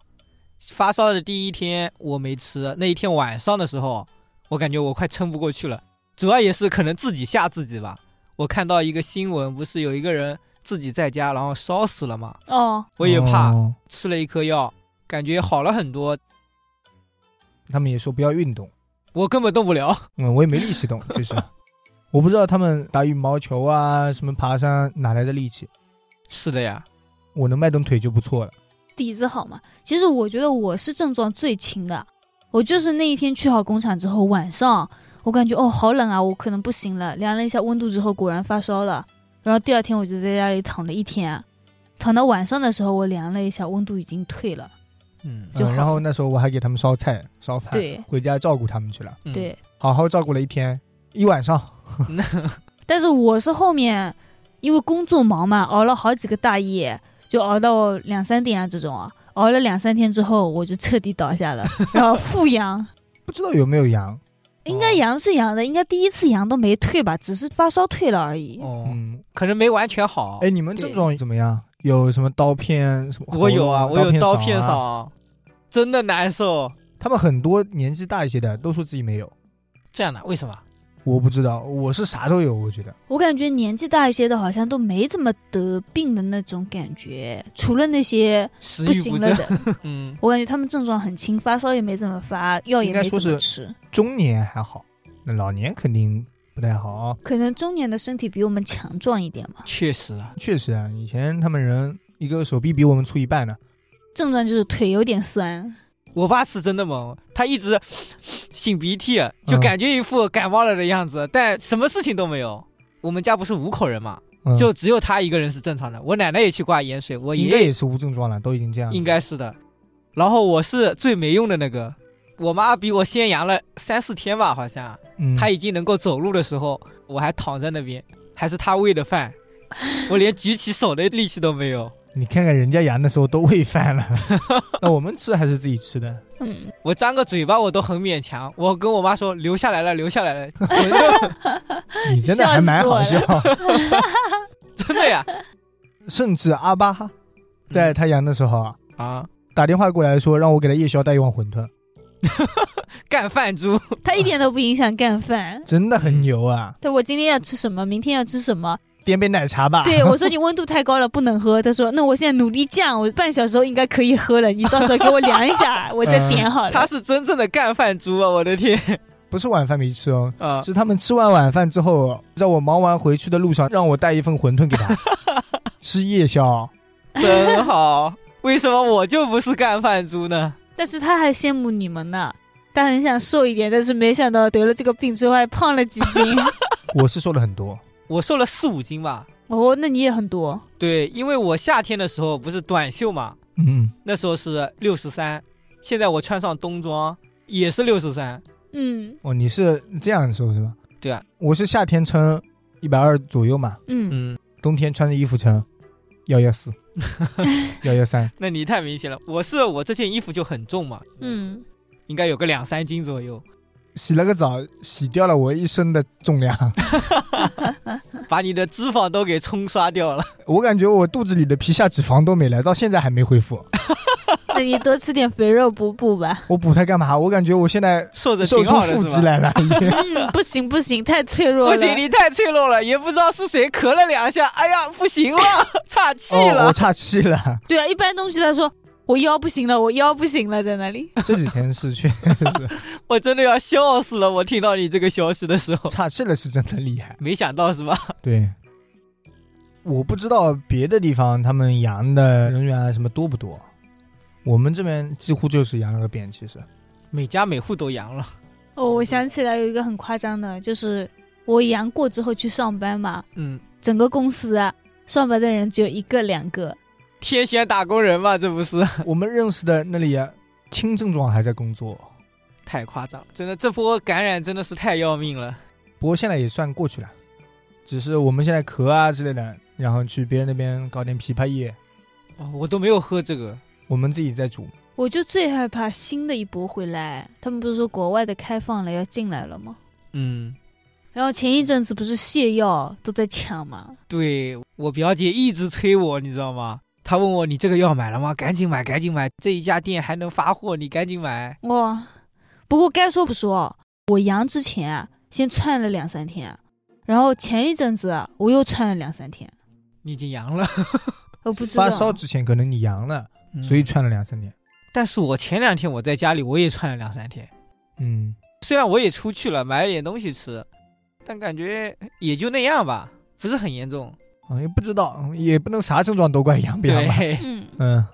C: 发烧的第一天我没吃，那一天晚上的时候，我感觉我快撑不过去了，主要也是可能自己吓自己吧。我看到一个新闻，不是有一个人自己在家然后烧死了嘛？
B: 哦，
C: 我也怕，
A: 哦
C: 吃了一颗药，感觉好了很多，
A: 他们也说不要运动，
C: 我根本动不了。
A: 嗯，我也没力气动，就是我不知道他们打羽毛球啊、什么爬山哪来的力气，
C: 是的呀，
A: 我能迈动腿就不错了。
B: 底子好嘛。其实我觉得我是症状最轻的，我就是那一天去好工厂之后，晚上我感觉哦好冷啊，我可能不行了，量了一下温度之后，果然发烧了。然后第二天我就在家里躺了一天，躺到晚上的时候，我量了一下，温度已经退了。
C: 嗯，
B: 就好
A: 嗯，然后那时候我还给他们烧菜、烧饭，
B: 对
A: 回家照顾他们去了，
C: 嗯，
B: 对，
A: 好好照顾了一天一晚上。
B: 但是我是后面因为工作忙嘛，熬了好几个大夜，就熬到两三点啊这种啊，熬了两三天之后，我就彻底倒下了，然后复阳。
A: 不知道有没有阳？
B: 应该阳是阳的，应该第一次阳都没退吧，只是发烧退了而已。
C: 哦，
A: 嗯，
C: 可能没完全好。
A: 哎，你们症状怎么样？有什么刀片什么？
C: 我有啊，
A: 喉
C: 我
A: 咙
C: 有刀片
A: 啊。
C: 嗓，真的难受。
A: 他们很多年纪大一些的都说自己没有，
C: 这样的，啊为什么？
A: 我不知道，我是啥都有，我觉得。
B: 我感觉年纪大一些的，好像都没怎么得病的那种感觉，除了那些
C: 食
B: 不
C: 欲不
B: 行了
C: 振。
B: 的，
C: 嗯，
B: 我感觉他们症状很轻，发烧也没怎么发，药也
A: 应该
B: 没
A: 说
B: 怎
A: 是
B: 么吃。
A: 中年还好，那老年肯定不太好啊。
B: 可能中年的身体比我们强壮一点嘛，
C: 确实啊，
A: 确实啊，以前他们人一个手臂比我们粗一半呢。
B: 症状就是腿有点酸。
C: 我爸是真的猛，他一直 擤鼻涕，啊就
A: 嗯
C: 感觉一副感冒了的样子，但什么事情都没有。我们家不是五口人嘛，
A: 嗯、
C: 就只有他一个人是正常的。我奶奶也去挂盐水，我
A: 应该
C: 爷爷
A: 也是无症状了，都已经这样。
C: 应该是的。然后我是最没用的那个，我妈比我先阳了三四天吧，好像
A: 嗯，
C: 她已经能够走路的时候，我还躺在那边，还是她喂的 饭，我连举起手的力气都没有。
A: 你看看人家阳的时候都喂饭了，那我们吃还是自己吃的。
B: 嗯，
C: 我张个嘴巴我都很勉强，我跟我妈说留下来了，留下来 了，我
A: 你真的还蛮好笑。
C: 就真的呀
A: 甚至阿巴哈在他阳的时候啊，
C: 啊，
A: 打电话过来说让我给他夜宵带一碗馄饨，
C: 干饭猪，
B: 它一点都不影响干饭。
A: 真的很牛啊！
B: 对我今天要吃什么，明天要吃什么，
A: 点杯奶茶吧。
B: 对，我说你温度太高了，不能喝。他说那我现在努力降，我半小时后应该可以喝了。你到时候给我量一下，我再点好了。
C: 他是真正的干饭猪啊！我的天
A: 不是晚饭没吃哦，
C: 啊，
A: 是他们吃完晚饭之后，在我忙完回去的路上，让我带一份馄饨给他吃夜宵。
C: 真好。 为什么我就不是干饭猪呢？
B: 但是他还羡慕你们呢，他很想瘦一点，但是没想到得了这个病之后还胖了几斤。
A: 我是瘦了很多，
C: 我瘦了四五斤吧。
B: 哦，那你也很多，
C: 对，因为我夏天的时候不是短袖嘛，
A: 嗯，
C: 那时候是六十三，现在我穿上冬装也是六十三。
B: 嗯
A: 哦，你是这样瘦是吧？
C: 对啊，
A: 我是夏天称一百二左右嘛，
B: 嗯，
C: 嗯，
A: 冬天穿着衣服称幺幺 四、幺幺三。
C: 那你太明显了。我是我这件衣服就很重嘛，，
B: 嗯，
C: 应该有个两三斤左右，
A: 洗了个澡，洗掉了我一身的重量。
B: 嗯
C: 把你的脂肪都给冲刷掉了。
A: 我感觉我肚子里的皮下脂肪都没了，到现在还没恢复。
B: 那你多吃点肥肉补补吧。
A: 我补它干嘛？我感觉我现在
C: 瘦着
A: 瘦
C: 挺
A: 出
C: 好
A: 腹
C: 的
A: 肌
C: 是吧？
A: 来了，已经。
B: 嗯，不行不行，太脆弱
C: 不
B: 了。
C: 行，你太脆弱了，也不知道是谁咳了两下，哎呀，不行了， 岔 气
A: 哦，
C: 了
A: 我。岔气了。
B: 对啊，一般东西他说我腰不行了，我腰不行了，在那里。
A: 这几天是确实
C: 我真的要笑死了！我听到你这个消息的时候，
A: 岔气了，是真的厉害。
C: 没想到是吧？
A: 对，我不知道别的地方他们阳的人员啊什么多不多，我们这边几乎就是阳了个遍。其 实，
C: 每家每户都阳了。
B: 哦，我想起来有一个很夸张的，就是我阳过之后去上班嘛，
C: 嗯，
B: 整个公司啊，上班的人只有一个两个。
C: 天选打工人嘛，这不是
A: 我们认识的那里啊轻症状还在工作，
C: 太夸张了！真的，这波感染真的是太要命了。
A: 不过现在也算过去了，只是我们现在咳啊之类的，然后去别人那边搞点枇杷叶，
C: 哦，我都没有喝这个。
A: 我们自己在煮。
B: 我就最害怕新的一波回来，他们不是说国外的开放了要进来了吗？
C: 嗯，
B: 然后前一阵子不是泻药都在抢嘛，
C: 对我表姐一直催我，你知道吗？她问我你这个药买了吗？赶紧买，赶紧买！这一家店还能发货，你赶紧买。
B: 哦哇！不过该说不说，我阳之前啊，先窜了两三天啊，然后前一阵子啊，我又窜了两三天，
C: 你已经阳了，
B: 我不知道
A: 发烧之前可能你阳了，
C: 嗯
A: 所以串了两三天。
C: 但是我前两天我在家里我也窜了两三天，
A: 嗯，
C: 虽然我也出去了买了点东西吃，但感觉也就那样吧，不是很严重。
A: 啊，也不知道，也不能啥症状都怪阳不阳吧。
C: 对，
B: 嗯，
A: 嗯，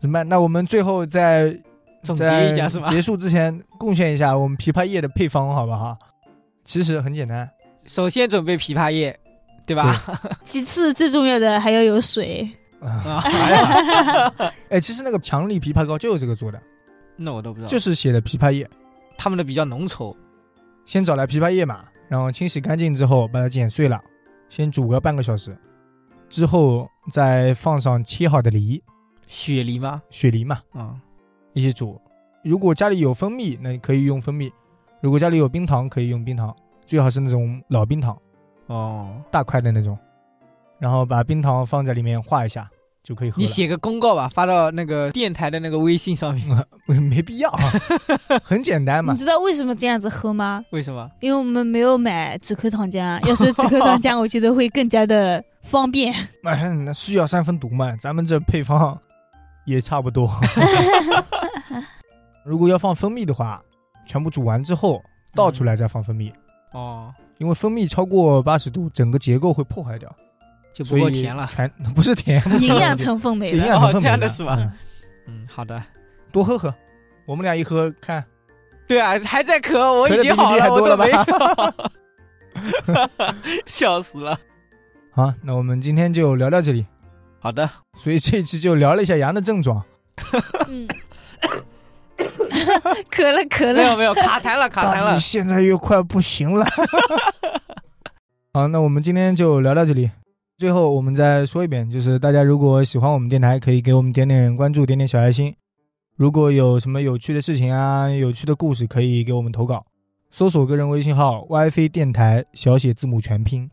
A: 怎么办？那我们最后再
C: 总
A: 在
C: 结一下是吧？
A: 结束之前贡献一下我们枇杷叶的配方，好不好？其实很简单，
C: 首先准备枇杷叶，对吧？
B: 其次最重要的还要有水，
A: 啊，
C: 啊，
A: 哎，其实那个强力枇杷膏就是这个做的，
C: 那我都不知道，
A: 就是写的枇杷叶，
C: 他们的比较浓稠。
A: 先找来枇杷叶嘛，然后清洗干净之后把它剪碎了，先煮个半个小时，之后再放上切好的梨，
C: 雪梨吗？
A: 雪梨嘛，
C: 嗯，
A: 一起煮。如果家里有蜂蜜，那可以用蜂蜜；如果家里有冰糖，可以用冰糖，最好是那种老冰糖，
C: 哦，
A: 大块的那种。然后把冰糖放在里面化一下就可以喝
C: 你
A: 了。
C: 写个公告吧，发到那个电台的那个微信上面。
A: 没必要、 啊，很简单嘛
B: 你。知道为什么这样子喝吗？
C: 为什么？
B: 因为我们没有买止咳糖浆，啊要是止咳糖浆，我觉得会更加的方 便。
A: 哎，那需要三分毒嘛，咱们这配方也差 不多。如果要放蜂蜜的话，全部煮完之后倒出来再放蜂蜜，
C: 哦，
A: 因为蜂蜜超过八十度，整个结构会破坏掉，
C: 就不
A: 所
C: 够
A: 以
C: 甜了。
A: 全不是甜， 不是
B: 营
A: 甜
B: 养成分没
A: 是营
B: 了。
A: 养成分
C: 哦这样的
A: 没了
C: 是吧
A: 嗯
C: 嗯，好的。
A: 多喝喝，我们俩一喝看，
C: 对啊，还在咳， 我已经
A: 咳得比
C: 好
A: 例还
C: 我
A: 多了
C: 都没
A: 吧
C: 有，, 笑死了。
A: 好，那我们今天就聊到这里。
C: 好的，
A: 所以这一期就聊了一下阳的症状，
B: 嗯，咳了咳
C: 没
B: 了，
C: 有没有，卡痰了卡痰
A: 哎大
C: 了
A: 体。现在又快不行了。 好，那我们今天就聊到这里。最后我们再说一遍，就是大家如果喜欢我们电台，可以给我们点点关注，点点小爱心。如果有什么有趣的事情啊、有趣的故事，可以给我们投稿。搜索个人微信号 “YF 电台”，小写字母全拼。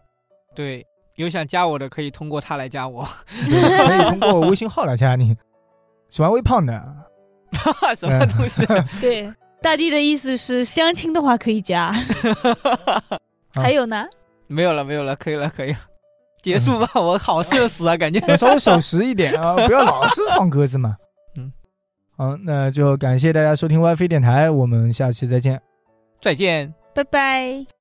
C: 对，有想加我的可以通过他来加我。
A: 对可以通过微信号来加你。喜欢微胖的，
C: 什
A: 嗯
C: 么东西？
B: 对。大地的意思是相亲的话可以加，
C: 哦
B: 还有呢，
C: 没有了没有了，可以了可以了，结束
A: 嗯
C: 吧，我好社死啊，感觉。
A: 要稍微守时一点啊，不要老是放鸽子嘛。
C: 嗯，
A: 好，那就感谢大家收听 WiFi 电台，我们下期再见。
C: 再见。
B: 拜拜。